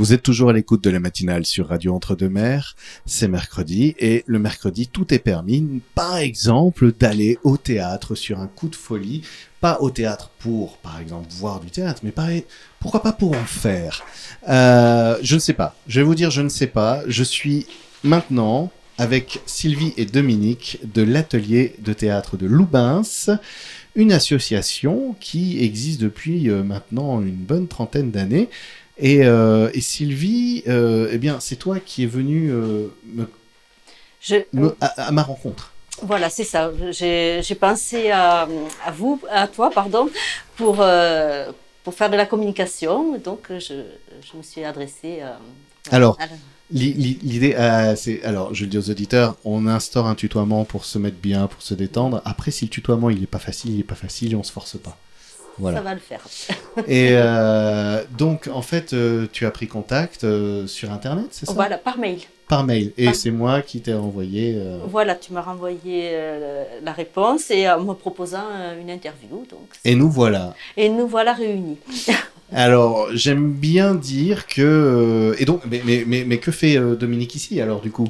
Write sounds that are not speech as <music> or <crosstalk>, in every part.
Vous êtes toujours à l'écoute de la matinale sur Radio Entre-deux-Mers. C'est mercredi et le mercredi, tout est permis. Par exemple, d'aller au théâtre sur un coup de folie. Pas au théâtre pour, par exemple, voir du théâtre, mais pareil, pourquoi pas pour en faire Euh, Je ne sais pas. Je vais vous dire, je ne sais pas. Je suis maintenant avec Sylvie et Dominique de l'atelier de théâtre de Loubins une association qui existe depuis euh, maintenant une bonne trentaine d'années. Et, euh, et Sylvie, euh, eh bien, c'est toi qui es venue euh, me- Je, me- à, à ma rencontre. Voilà, c'est ça. J'ai j'ai pensé à, à vous, à toi, pardon, pour, euh, pour faire de la communication. Donc, je, je me suis adressée. euh, Alors, à la- L'i- l'i- L'idée, euh, c'est alors, je le dis aux auditeurs, on instaure un tutoiement pour se mettre bien, pour se détendre. Après, si le tutoiement il est pas facile, il est pas facile, et on se force pas. Ça Voilà. va le faire. Et euh, donc, en fait, euh, tu as pris contact euh, sur Internet, c'est ça Voilà, par mail. Par mail. Et Par- c'est moi qui t'ai envoyé. euh, Voilà, tu m'as renvoyé euh, la réponse et en me proposant euh, une interview. Donc. Et nous voilà. Et nous voilà réunis. Alors, j'aime bien dire que. euh, Et donc, mais, mais, mais, mais que fait euh, Dominique ici, alors, du coup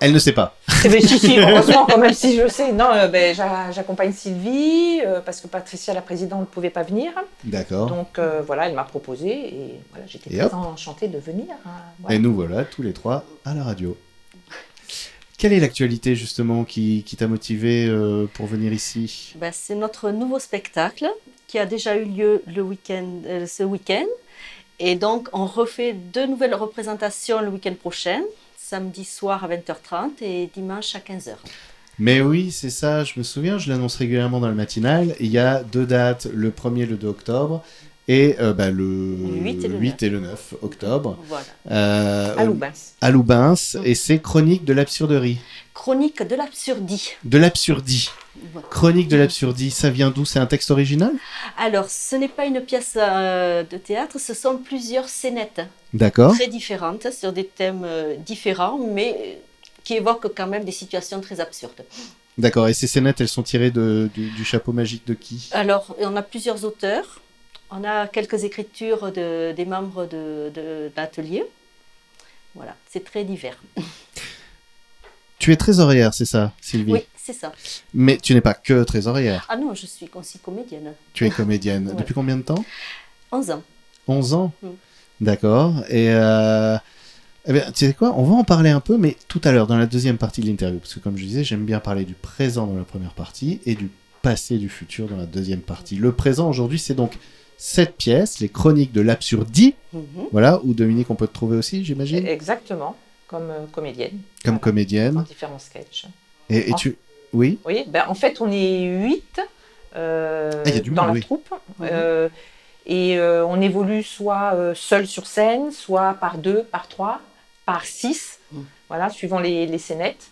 Elle ne sait pas. Eh ben, <laughs> si, si, heureusement, quand même si je sais. Non, euh, ben, j'a- j'accompagne Sylvie, euh, parce que Patricia, la présidente, ne pouvait pas venir. D'accord. Donc euh, voilà, elle m'a proposé et voilà, j'étais Oh. Et très enchantée de venir. hein. Voilà. Et nous voilà, tous les trois, à la radio. Quelle est l'actualité, justement, qui, qui t'a motivé euh, pour venir ici Ben, c'est notre nouveau spectacle qui a déjà eu lieu le week-end, euh, ce week-end. Et donc, on refait deux nouvelles représentations le week-end prochain, samedi soir à 20h30 et dimanche à 15h. Mais oui, c'est ça, je me souviens, je l'annonce régulièrement dans le matinal. Il y a deux dates, le 1er et le 2 octobre, et euh, bah, le Le 8 et le 8 et le 9 octobre. Voilà. euh, À Loubins. à Loubins, et c'est Chronique de l'absurderie. Chronique de l'absurdie. De l'absurdie. Voilà. Chronique de l'absurdie, ça vient d'où C'est un texte original Alors, ce n'est pas une pièce euh, de théâtre, ce sont plusieurs scénettes D'accord. très différentes sur des thèmes euh, différents, mais euh, qui évoquent quand même des situations très absurdes. D'accord. Et ces scénettes, elles sont tirées de- du, du chapeau magique de qui Alors, on a plusieurs auteurs. On a quelques écritures de, des membres de, de, d'atelier. Voilà, c'est très divers. Tu es trésorière, c'est ça, Sylvie Oui, c'est ça. Mais tu n'es pas que trésorière. Ah non, je suis aussi comédienne. <laughs> Tu es comédienne. Ouais. Depuis combien de temps 11 ans. 11 ans. Mm. D'accord. Et. euh, eh bien, tu sais quoi On va en parler un peu, mais tout à l'heure, dans la deuxième partie de l'interview. Parce que, comme je disais, j'aime bien parler du présent dans la première partie et du passé, du futur dans la deuxième partie. Le présent aujourd'hui, c'est donc cette pièce, les chroniques de l'absurdie, Mhm. Voilà, où Dominique, on peut te trouver aussi, j'imagine, Exactement, comme euh, comédienne, comme en comédienne. différents sketchs. Et, et tu. Oui Vous voyez, ben, en fait, on est huit euh, Ah, il y a du dans monde, la oui. troupe. Mhm. euh, et euh, on évolue soit euh, seul sur scène, soit par deux, par trois, par six, Mm. Mhm. voilà, suivant les, les scénettes.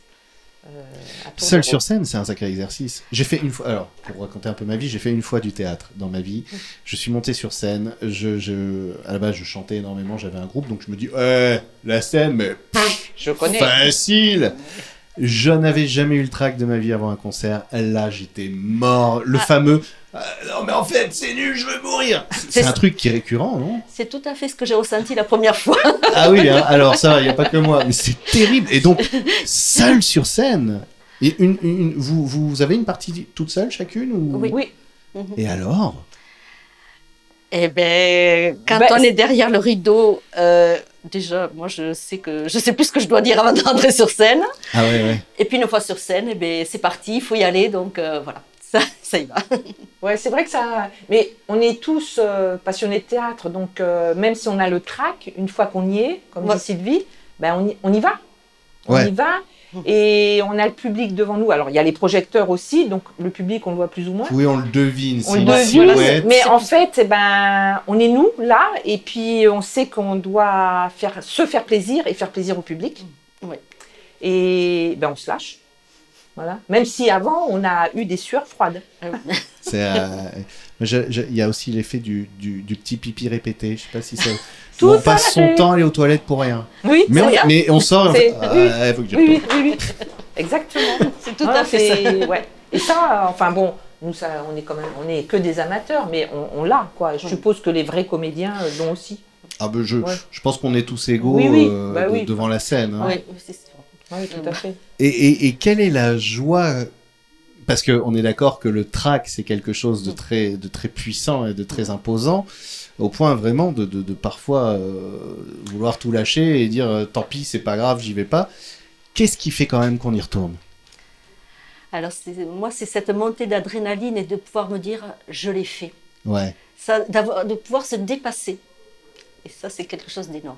euh, à tour Seul de sur scène, c'est un sacré exercice. J'ai fait une fois. Alors, pour raconter un peu ma vie, j'ai fait une fois du théâtre dans ma vie. Je suis monté sur scène. Je, je- à la base, je chantais énormément. J'avais un groupe, donc je me dis, eh, la scène, mais rôle. Je connais. facile. Je n'avais jamais eu le trac de ma vie avant un concert. Là, j'étais mort. Le Ah. fameux. Ah, non, mais en fait, c'est nul, je vais mourir. C'est un truc qui est récurrent, non C'est tout à fait ce que j'ai ressenti la première fois. Ah oui, hein, alors ça, il n'y a pas que moi, mais c'est terrible. Et donc, seul sur scène. Et une, une- vous, vous avez une partie toute seule chacune ou... Oui. Oui, Mhm. Et alors <laughs> Eh bien, quand Ben, on est derrière le rideau, euh, déjà, moi, je sais, que, je sais plus ce que je dois dire avant d'entrer sur scène. Ah ouais, ouais. Et puis, une fois sur scène, eh ben, c'est parti, il faut y aller. Donc, euh, voilà, ça, ça y va. Ouais, c'est vrai que ça. Mais on est tous euh, passionnés de théâtre, donc euh, même si on a le trac, une fois qu'on y est, comme Ouais. dit Sylvie, ben on y, on y va. On Ouais. y va Mhm. et on a le public devant nous. Alors il y a les projecteurs aussi, donc le public on le voit plus ou moins. Oui, on le devine. On c'est le une devine, silhouette. mais en fait, eh ben, on est nous là, et puis on sait qu'on doit faire, se faire plaisir et faire plaisir au public. Oui. Et ben, on se lâche. Voilà. Même si avant, on a eu des sueurs froides. C'est, euh, je- je- Il y a aussi l'effet du, du, du petit pipi répété. Je sais pas si <laughs> ça. Tout on à passe son fait. temps à aller aux toilettes pour rien. Oui, Mais on, mais on sort et on C'est- fait, Ah, faut que j'y Oui, retourne. oui, oui, <laughs> oui. Exactement. Ah, C'est tout Hein, à fait ça. c'est- ouais. Et ça, euh, enfin bon, nous, ça, on est quand même, on est que des amateurs, mais on, on l'a, quoi. Je Oui. suppose que les vrais comédiens euh, l'ont aussi. Ah ben je, Ouais. je pense qu'on est tous égaux Oui, oui, euh, bah de- oui. devant la scène. hein. Oui, c'est sûr. Oui, tout à fait. Et, et- et quelle est la joie Parce que on est d'accord que le track, c'est quelque chose Mm. de très, de très puissant et de très imposant, au point vraiment de, de- de parfois euh, vouloir tout lâcher et dire euh, tant pis, c'est pas grave, j'y vais pas. Qu'est-ce qui fait quand même qu'on y retourne Alors, c'est- moi, c'est cette montée d'adrénaline et de pouvoir me dire je l'ai fait. Ouais. Ça, d'avoir- de pouvoir se dépasser. Et ça, c'est quelque chose d'énorme.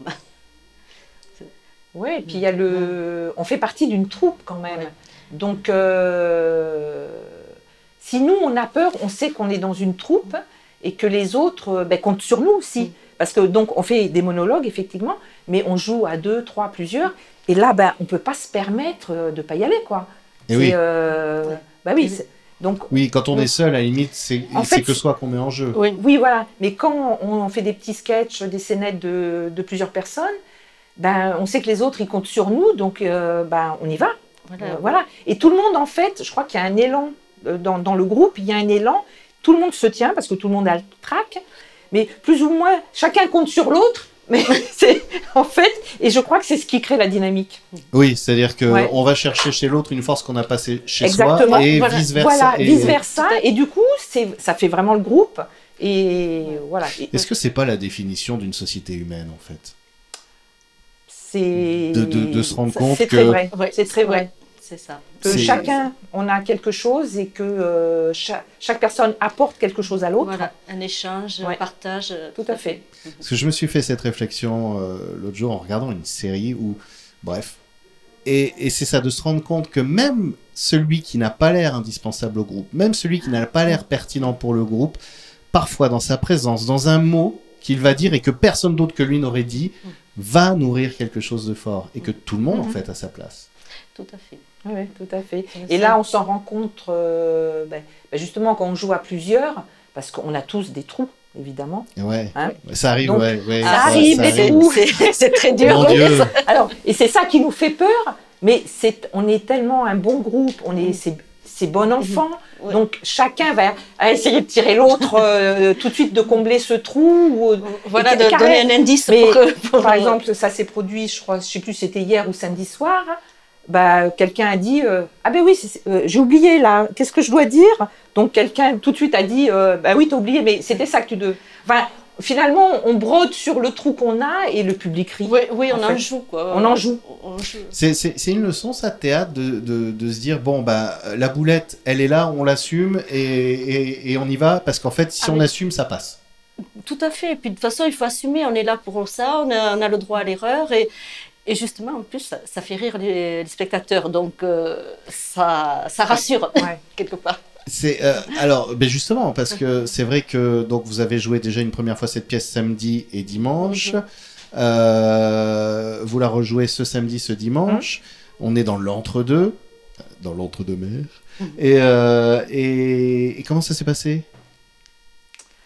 Ouais, et puis il y a le. On fait partie d'une troupe quand même. Donc, euh, si nous on a peur, on sait qu'on est dans une troupe et que les autres euh, ben, comptent sur nous Mm. aussi. Parce que donc on fait des monologues effectivement, mais on joue à deux, trois, plusieurs. Et là, ben, on peut pas se permettre euh, de pas y aller quoi. Et C'est, oui. euh, Ouais. bah Et oui. oui. c'est- Donc Oui, quand on est seul, à la limite, c'est En c'est fait, que soi qu'on met en jeu. Oui. <laughs> oui, voilà. Mais quand on fait des petits sketchs, des scénettes de, de plusieurs personnes, ben on sait que les autres ils comptent sur nous, donc euh, ben on y va. Voilà. Euh, voilà. Et tout le monde, en fait, je crois qu'il y a un élan euh, dans, dans le groupe, il y a un élan. Tout le monde se tient parce que tout le monde a le trac, mais plus ou moins, chacun compte sur l'autre. <laughs> Mais c'est en fait, et je crois que c'est ce qui crée la dynamique. Oui, c'est-à-dire que Ouais. on va chercher chez l'autre une force qu'on a passée chez Exactement. soi et Voilà. vice versa. Voilà, Et- vice versa. Et du coup, c'est ça fait vraiment le groupe. Et voilà. Et Est-ce que c'est pas la définition d'une société humaine en fait c'est de- de- de se rendre ça- compte c'est que- très vrai. Ouais, C'est très vrai. ouais, C'est ça. Que C'est- chacun, on a quelque chose et que euh, cha- chaque, personne apporte quelque chose à l'autre. Voilà, un échange, un Ouais. partage. Tout à fait. Parce que je me suis fait cette réflexion euh, l'autre jour en regardant une série où, bref, et, et c'est ça de se rendre compte que même celui qui n'a pas l'air indispensable au groupe, même celui qui n'a pas l'air pertinent pour le groupe, parfois dans sa présence, dans un mot qu'il va dire et que personne d'autre que lui n'aurait dit, va nourrir quelque chose de fort et que tout le monde en Mhm. fait a sa place. Tout à fait. Oui, oui, Ah tout à fait. Ça, Et ça- là, on s'en rencontre euh, ben, ben justement quand on joue à plusieurs, parce qu'on a tous des trous, <laughs> évidemment. Et ouais, Hein ça arrive, Donc, ouais, ouais, ça ça- arrive, ça les arrive. trous. C'est très dur. Mon Dieu. Alors, et c'est ça qui nous fait peur, mais c'est, on est tellement un bon groupe, on est, c'est, c'est bon enfant. Mhm. Ouais. Donc chacun va à essayer de tirer l'autre euh, tout de suite de combler ce trou. ou- Voilà, Et de carré- donner un <laughs> indice Mais, pour, que- pour- euh, par exemple, ça s'est produit, je crois, je sais plus, c'était hier ou samedi soir. Bah, quelqu'un a dit euh, ah ben oui, c'est- euh, j'ai oublié là. Qu'est-ce que je dois dire Donc quelqu'un tout de suite a dit euh, bah oui, t'as oublié, mais c'était ça que tu devais. Enfin, finalement, on brode sur le trou qu'on a et le public rit. Oui, oui, on en en, fait. joue, quoi. On en joue. On joue. C'est- C'est c'est une leçon, ça, de théâtre, de, de, de se dire bon, bah, la boulette, elle est là, on l'assume et, et, et on y va, parce qu'en fait, si Ah on oui. assume, ça passe. Tout à fait. Et puis, de toute façon, il faut assumer, on est là pour ça, on a, on a le droit à l'erreur. Et, et justement, en plus, ça, ça fait rire les, les spectateurs. Donc, euh, ça, ça rassure, Ouais. <laughs> quelque part. C'est euh, alors, ben justement, parce <laughs> que c'est vrai que donc vous avez joué déjà une première fois cette pièce samedi et dimanche. Mhm. Euh, vous la rejouez ce samedi, ce dimanche. On est dans l'entre-deux, euh, dans l'entre-deux-mer. Mhm. Et, euh, et, et comment ça s'est passé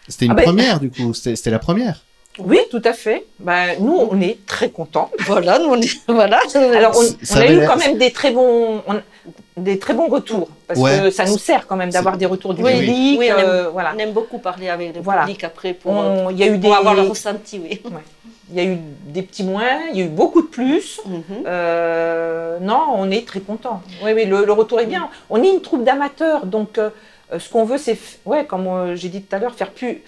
C'était une Ah ben- première, du coup. C'était c'était la première. Oui, tout à fait. Bah, nous, on est très contents. Voilà, nous, on est- <laughs> voilà. Alors, on, Ça- ça on a avait eu l'air- quand même des très bons, on- des très bons retours parce Ouais. que ça nous sert quand même d'avoir des retours du Oui, oui. public. Oui, on aime- euh, voilà. on aime beaucoup parler avec le Voilà. public après pour, euh, On- Il y a eu des, pour avoir le ressenti, oui. <laughs> il y a eu des petits moins, il y a eu beaucoup de plus. Mhm. Euh, non, on est très content. Oui, oui, le, le retour est bien. On est une troupe d'amateurs, donc euh, euh, ce qu'on veut, c'est, f- ouais, comme euh, j'ai dit tout à l'heure, faire plus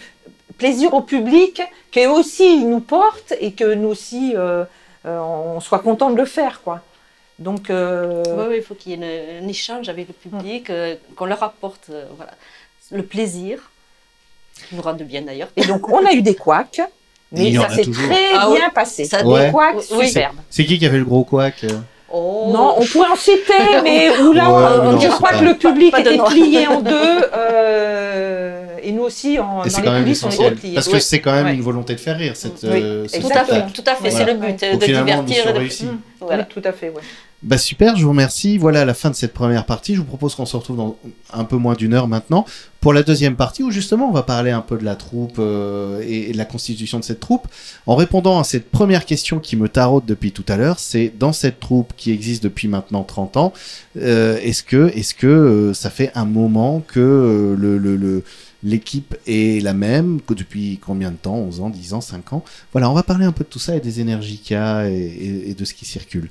plaisir au public, qu'eux aussi ils nous portent et que nous aussi euh, euh, on soit content de le faire, quoi. Donc, euh, Oui, oui, il faut qu'il y ait une- un échange avec le public, euh, qu'on leur apporte euh, voilà, le plaisir, qui nous rendent bien d'ailleurs. et donc on a eu des couacs, mais Il y en ça a s'est toujours. très Ah bien passé. Ça- Ouais. Des couacs Oui. superbes. C'est qui qui avait le gros couac euh Oh. Non, on pourrait en <laughs> citer, mais où là, Ouais, on- non, je c'est crois pas- que le public pas de était nom. plié en deux. <laughs> euh, et nous aussi, en, Et dans c'est les quand même coulisses, on était essentiel. pliés. Parce que Ouais. c'est quand même Ouais. une volonté de faire rire, cette, Oui, euh, ce tout à spectacle. fait, tout à fait, Voilà. c'est le but, euh, Donc de finalement, divertir. mission et de- réussie. Mm. Voilà. Oui, tout à fait, ouais. Bah super, je vous remercie. Voilà la fin de cette première partie. Je vous propose qu'on se retrouve dans un peu moins d'une heure maintenant pour la deuxième partie où justement on va parler un peu de la troupe euh, et, et de la constitution de cette troupe. En répondant à cette première question qui me taraude depuis tout à l'heure, c'est dans cette troupe qui existe depuis maintenant 30 ans, euh, est-ce que, est-ce que euh, ça fait un moment que euh, le, le, le- L'équipe est la même que depuis combien de temps 11 ans, 10 ans, 5 ans Voilà, on va parler un peu de tout ça et des énergies qu'il y a et, et- et de ce qui circule.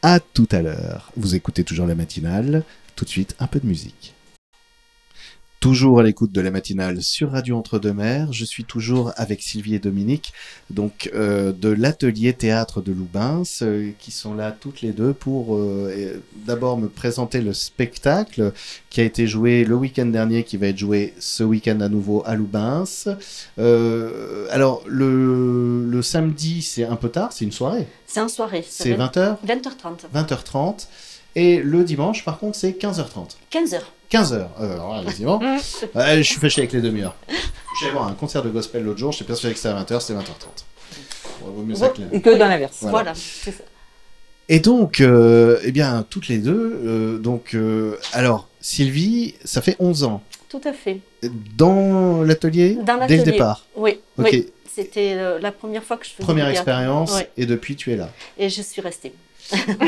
À tout à l'heure. Vous écoutez toujours la matinale. Tout de suite, un peu de musique. Toujours à l'écoute de la matinale sur Radio Entre-deux-Mers. Je suis toujours avec Sylvie et Dominique, donc euh, de l'atelier théâtre de Loubins, euh, qui sont là toutes les deux pour euh, euh, d'abord me présenter le spectacle qui a été joué le week-end dernier, qui va être joué ce week-end à nouveau à Loubins. Euh, alors, le, le samedi, c'est un peu tard, c'est une soirée. C'est en soirée. C'est 20h, 20h30. 20h30. Et le dimanche, par contre, c'est 15h30. 15h. 15h. Euh, alors là, <laughs> quasiment. Mm. Ouais, je suis fâché avec les demi-heures. J'allais voir un concert de gospel l'autre jour, j'étais persuadé que c'était à 20h, c'était 20h30. Ouais, vaut mieux ça que la- Et que dans l'inverse. Voilà. Voilà. c'est ça. Et donc, euh, eh bien, toutes les deux, euh, donc, euh, alors, Sylvie, ça fait 11 ans. Tout à fait. Dans l'atelier Dans Dès le l'atelier. départ. Oui. Ok, oui. C'était euh, la première fois que je faisais première du théâtre. expérience, Ouais. et depuis, tu es <laughs> là. Et je suis restée.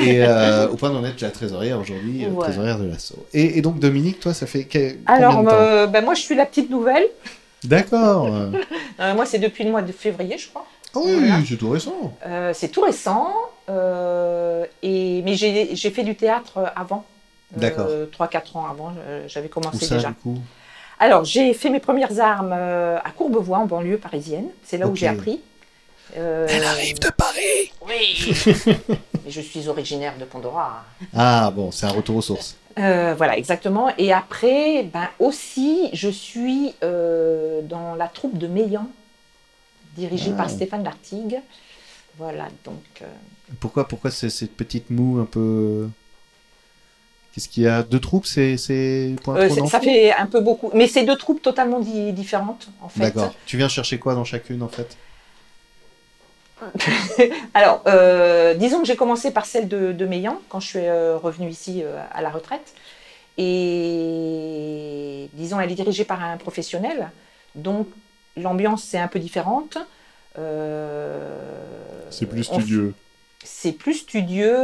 Et euh, au point d'en être la trésorière aujourd'hui, euh, Ouais. trésorière de l'asso. Et, et donc, Dominique, toi, ça fait que- combien Alors, de temps euh, ben, moi, je suis la petite nouvelle. D'accord. euh. Euh, moi, c'est depuis le mois de février, je crois. Ah oui, Voilà. c'est tout récent. Euh, c'est tout récent. euh, et... Mais j'ai j'ai fait du théâtre avant. D'accord. 3-4 ans avant, euh, j'avais Où commencé ça, déjà. du coup Alors, j'ai fait mes premières armes euh, à Courbevoie, en banlieue parisienne. C'est là où Ok. j'ai appris. Euh, de Paris Oui Mais je suis originaire de Pandora. Ah bon, c'est un retour aux sources. Euh, voilà, exactement. Et après, ben aussi, je suis euh, dans la troupe de Meillan, dirigée Ah. par Stéphane Lartigue. Voilà, donc. euh, Pourquoi, pourquoi c'est- cette petite moue un peu. Qu'est-ce qu'il y a Deux troupes, c'est. c'est pour un euh, trou c'est- ça d'enfant fait un peu beaucoup. Mais c'est deux troupes totalement di- différentes, en fait. D'accord. Tu viens chercher quoi dans chacune en fait Alors, euh, disons que j'ai commencé par celle de, de Meillan quand je suis euh, revenue ici euh, à la retraite. Et disons, elle est dirigée par un professionnel. Donc, l'ambiance, c'est un peu différente. Euh, on- C'est plus studieux.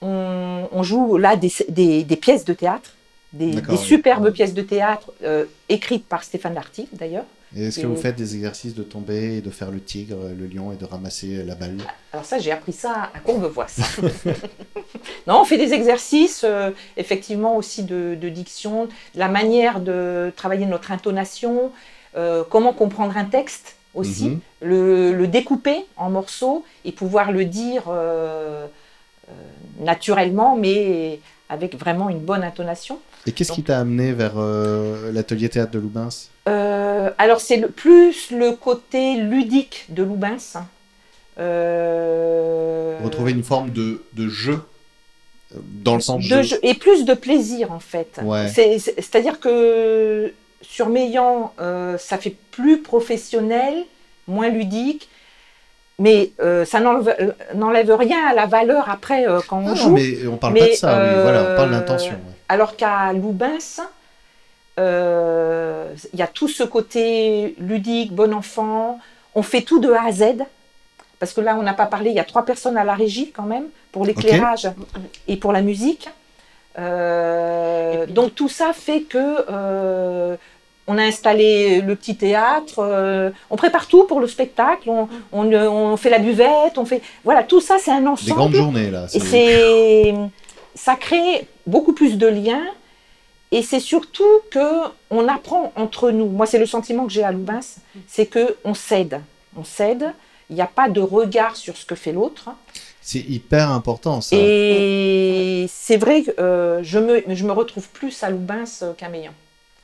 On, on joue là des, des- des pièces de théâtre, des, D'accord, des oui. superbes pièces de théâtre euh, écrites par Stéphane Lartigue d'ailleurs. Et est-ce que Et- vous faites des exercices de tomber et de faire le tigre, le lion et de ramasser la balle Alors ça, j'ai appris ça à Courbevoie. ça. <laughs> non, on fait des exercices, euh, effectivement aussi de, de diction, la manière de travailler notre intonation, euh, comment comprendre un texte aussi, Mhm. le, le découper en morceaux et pouvoir le dire euh, euh, naturellement, mais avec vraiment une bonne intonation. Et qu'est-ce Non. qui t'a amené vers euh, l'atelier théâtre de Loubins Euh, alors, c'est le, plus le côté ludique de Loubens. hein. Euh, Retrouver une forme de, de jeu euh, dans le sens de jeu- et plus de plaisir en fait. Ouais. C'est- c'est- C'est-à-dire que sur Meillan, euh, ça fait plus professionnel, moins ludique, mais euh, ça n'enlève euh, n'enlève rien à la valeur après euh, quand on Ah joue. non, mais on parle pas Mais, de ça, oui, euh, voilà, on parle d'intention. ouais. Alors qu'à Loubens, euh, il y a tout ce côté ludique, bon enfant, on fait tout de A à Z. Parce que là, on n'a pas parlé, il y a trois personnes à la régie quand même, pour l'éclairage et pour la musique. Euh, Et puis- donc tout ça fait que euh, on a installé le petit théâtre, euh, on prépare tout pour le spectacle, Mm. on, on, euh, on fait la buvette, on fait... Voilà, tout ça, c'est un Des grandes ensemble. journées là. Et c'est- c'est, ça crée beaucoup plus de liens. Et c'est surtout que on apprend entre nous. Moi, c'est le sentiment que j'ai à Loubins, c'est que on s'aide, on s'aide. Il n'y a pas de regard sur ce que fait l'autre. C'est hyper important ça. Et c'est vrai que euh, je, me, je me retrouve plus à Loubins euh, qu'à Meillan.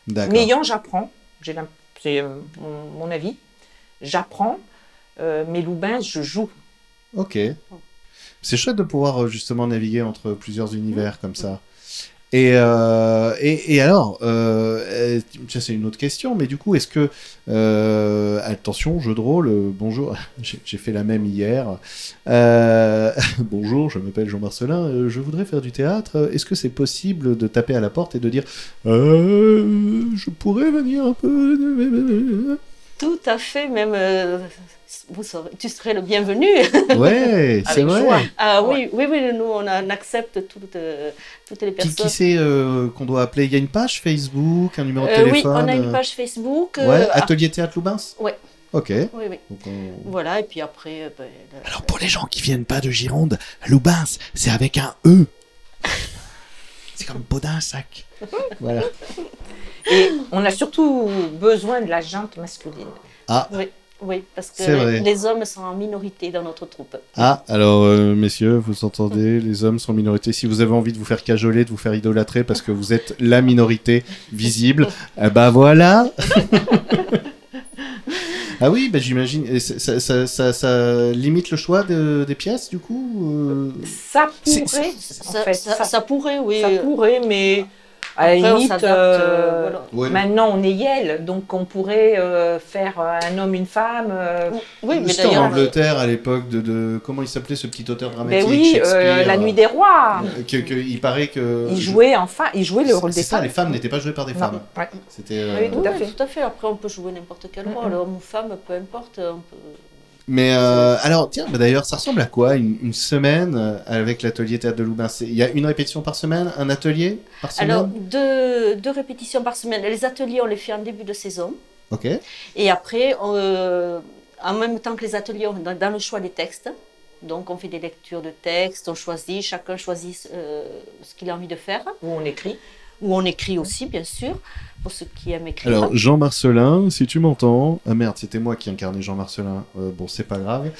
D'accord. Meillan, j'apprends. J'ai l'im- C'est euh, mon, mon avis. J'apprends. euh, mais Loubins, je joue. Ok. C'est chouette de pouvoir euh, justement naviguer entre plusieurs univers comme ça. Et, euh, et, et alors, euh, euh, ça c'est une autre question, mais du coup, est-ce que... euh, attention, jeu de rôle, euh, bonjour, <laughs> j'ai j'ai fait la même hier. Euh, <laughs> bonjour, je m'appelle Jean Marcelin, euh, je voudrais faire du théâtre. euh, Est-ce que c'est possible de taper à la porte et de dire euh, Je pourrais venir un peu... Tout à fait, même euh, vous serez- tu serais le bienvenu. <laughs> Ouais, c'est Avec vrai. joie. Ah oui, oui, oui, nous on, a- on accepte toutes, euh, toutes les Qui, personnes. qui c'est euh, qu'on doit appeler Il y a une page Facebook, un numéro de Euh, oui, téléphone on a une euh, page Facebook. euh, Ouais, ah, Atelier Théâtre Lubins Ouais. Ok. oui, oui. Donc on- Voilà, et puis après, euh, ben, le- Alors pour les gens qui viennent pas de Gironde, Lubins, c'est avec un <laughs> E. c'est comme Baudin sac. voilà. Et on a surtout besoin de la junte masculine. oui, parce que C'est vrai. les, les hommes sont en minorité dans notre troupe. Ah, alors euh, messieurs, vous entendez, les hommes sont minorités. Si vous avez envie de vous faire cajoler, de vous faire idolâtrer parce que vous êtes la minorité visible, eh ben voilà Ah oui, ben j'imagine, et ça, ça- ça- ça- ça limite le choix de- des pièces du coup euh, Ça C'est- pourrait, en ça, fait, ça- ça, euh, ça pourrait, oui. ça pourrait, mais à la Après, on limite, s'adapte, euh, euh, voilà. ouais. maintenant on est Yale, donc on pourrait euh, faire un homme, une femme. euh, Oui, mais C'était en d'ailleurs, Angleterre à l'époque de, de- comment il s'appelait ce petit auteur dramatique ben oui, euh, Shakespeare, la nuit des rois. euh, que- que- il paraît que Il jouait enfin, il jouait le rôle C'est des ça, femmes. les femmes n'étaient pas jouées par des Non, femmes. ouais. C'était euh, Oui, tout à oui, fait. tout à fait. Après, on peut jouer n'importe quel Mm, rôle, mm. homme ou femme, peu importe. on peut- Mais euh, alors, tiens, bah d'ailleurs, ça ressemble à quoi une, une semaine euh, avec l'atelier Théâtre de Loubin C'est- Il y a une répétition par semaine, un atelier par semaine Alors, deux, deux répétitions par semaine. Les ateliers, on les fait en début de saison. Ok. Et après, on, euh, en même temps que les ateliers, on est dans, dans le choix des textes. Donc, on fait des lectures de textes, on choisit, chacun choisit euh, ce qu'il a envie de faire. Où on écrit. Ou on écrit aussi, bien sûr, pour ceux qui aiment écrire. Alors, Jean Marcelin, si tu m'entends. Ah merde, c'était moi qui incarnais Jean Marcelin. Euh, bon, c'est pas <laughs> grave.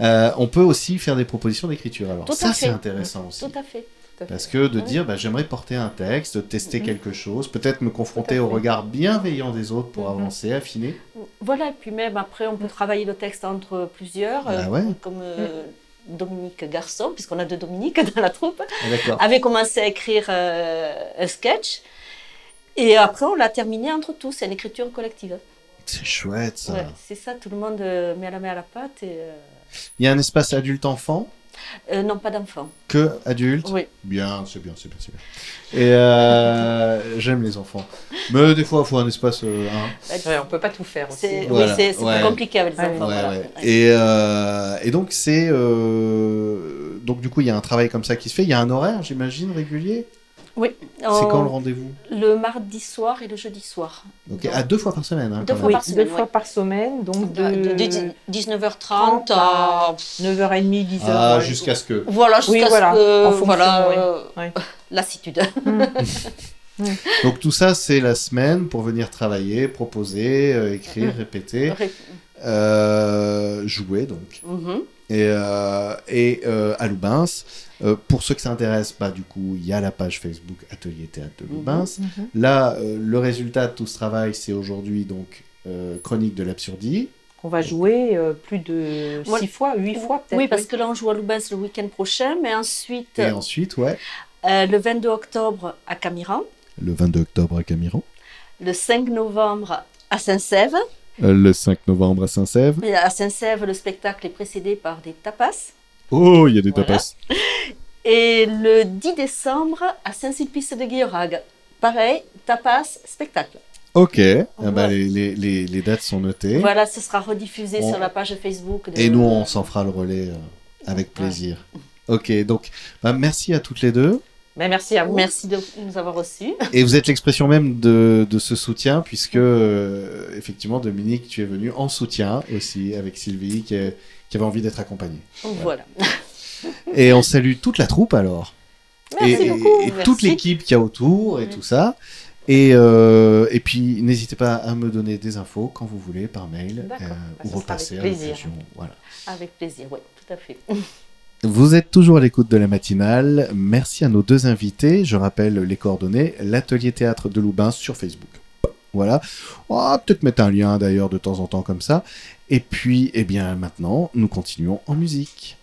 Euh, on peut aussi faire des propositions d'écriture. Alors, Tout à ça, fait. c'est intéressant aussi. tout à fait. Parce que de Ouais. dire, bah, j'aimerais porter un texte, tester Mhm. quelque chose, peut-être me confronter Tout à au fait. regard bienveillant des autres pour Mhm. avancer, affiner. Voilà, et puis même après, on peut travailler le texte entre plusieurs, Bah euh, ouais. comme euh, Dominique Garçon, puisqu'on a deux Dominiques <laughs> dans la troupe, Ah, D'accord. avait commencé à écrire euh, un sketch. Et après, on l'a terminé entre tous, c'est une écriture collective. C'est chouette ça. Ouais, c'est ça, tout le monde euh, met la main à la pâte. Et, euh, Il y a un espace adulte-enfant euh, non, pas d'enfant. que adulte. Oui. Bien, c'est bien, c'est bien, c'est bien. Et euh, j'aime les enfants. Mais des fois, il faut un espace. euh, hein. Ouais, on peut pas tout faire aussi. C'est, oui, Voilà, c'est- c'est ouais. compliqué avec les Ouais, enfants. Ouais, voilà. ouais. Ouais. Et, euh, et donc, c'est. euh, donc, du coup, il y a un travail comme ça qui se fait. Il y a un horaire, j'imagine, régulier. C'est On- quand le rendez-vous le mardi soir et le jeudi soir. Ok, À deux fois par semaine. hein, Deux quand même. fois Oui, par semaine, deux fois par semaine, donc de, De, de 19h30 à 9h30, 10h. Ah, ouais. jusqu'à ce que. Voilà, jusqu'à Oui, ce voilà. que. En fonction, voilà, oui. euh, Ouais. <laughs> lassitude. Mm. Donc, tout ça, c'est la semaine pour venir travailler, proposer, euh, Mm-hmm. écrire, répéter, euh, jouer, donc. Mhm. Et, euh, et euh, à Loubins, euh, pour ceux que ça intéresse, bah, du coup, il y a la page Facebook Atelier Théâtre de Loubins. Mhm. Là, euh, le résultat de tout ce travail, c'est aujourd'hui donc euh, Chronique de l'absurdie. Qu'on va jouer euh, plus de 6 Voilà. fois, 8 fois peut-être. Oui, parce que là, on joue à Loubens le week-end prochain, mais ensuite, Et ensuite, ouais, euh, le 22 octobre à Camiran, le 22 octobre à Camiran, le 5 novembre à Saint-Sève. euh, le 5 novembre à Saint-Sève. Mais à Saint-Sève, le spectacle est précédé par des tapas. Oh, il y a des Voilà. tapas. Et le 10 décembre à Saint-Sulpice de Guillorague. Pareil, tapas, spectacle. Ok, Ah Voilà. bah, les, les- les- les dates sont notées. Voilà, ce sera rediffusé On- sur la page Facebook. de- Et nous, on s'en fera le relais euh, avec plaisir. Ok, donc bah, merci à toutes les deux. Mais Ben, merci à vous. Merci de nous avoir reçus. Et vous êtes l'expression même de, de ce soutien, puisque euh, effectivement, Dominique, tu es venu en soutien aussi avec Sylvie, qui, est- qui avait envie d'être accompagnée. Voilà. Et on salue toute la troupe alors, Merci et, et- beaucoup. et Merci. toute l'équipe qu'il y a autour et Mm. tout ça. Et, euh, et puis, n'hésitez pas à me donner des infos quand vous voulez par mail euh, D'accord. Bah, ça ou sera repasser à avec plaisir. l'occasion. Voilà. Avec plaisir, oui, tout à fait. Vous êtes toujours à l'écoute de la matinale. Merci à nos deux invités. Je rappelle les coordonnées l'atelier théâtre de Loubin sur Facebook. Voilà. On va peut-être mettre un lien d'ailleurs de temps en temps comme ça. Et puis, eh bien, maintenant, nous continuons en musique.